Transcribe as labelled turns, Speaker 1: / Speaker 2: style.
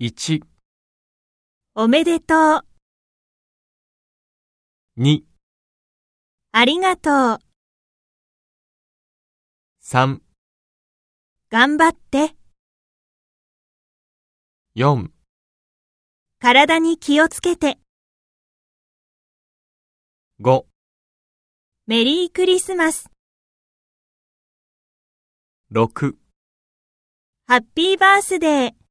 Speaker 1: 1、
Speaker 2: おめでとう、
Speaker 1: 2、
Speaker 2: ありがとう、
Speaker 1: 3、
Speaker 2: 頑張って、
Speaker 1: 4、
Speaker 2: 体に気をつけて、
Speaker 1: 5、
Speaker 2: メリークリスマス、
Speaker 1: 6
Speaker 2: ハッピーバースデー。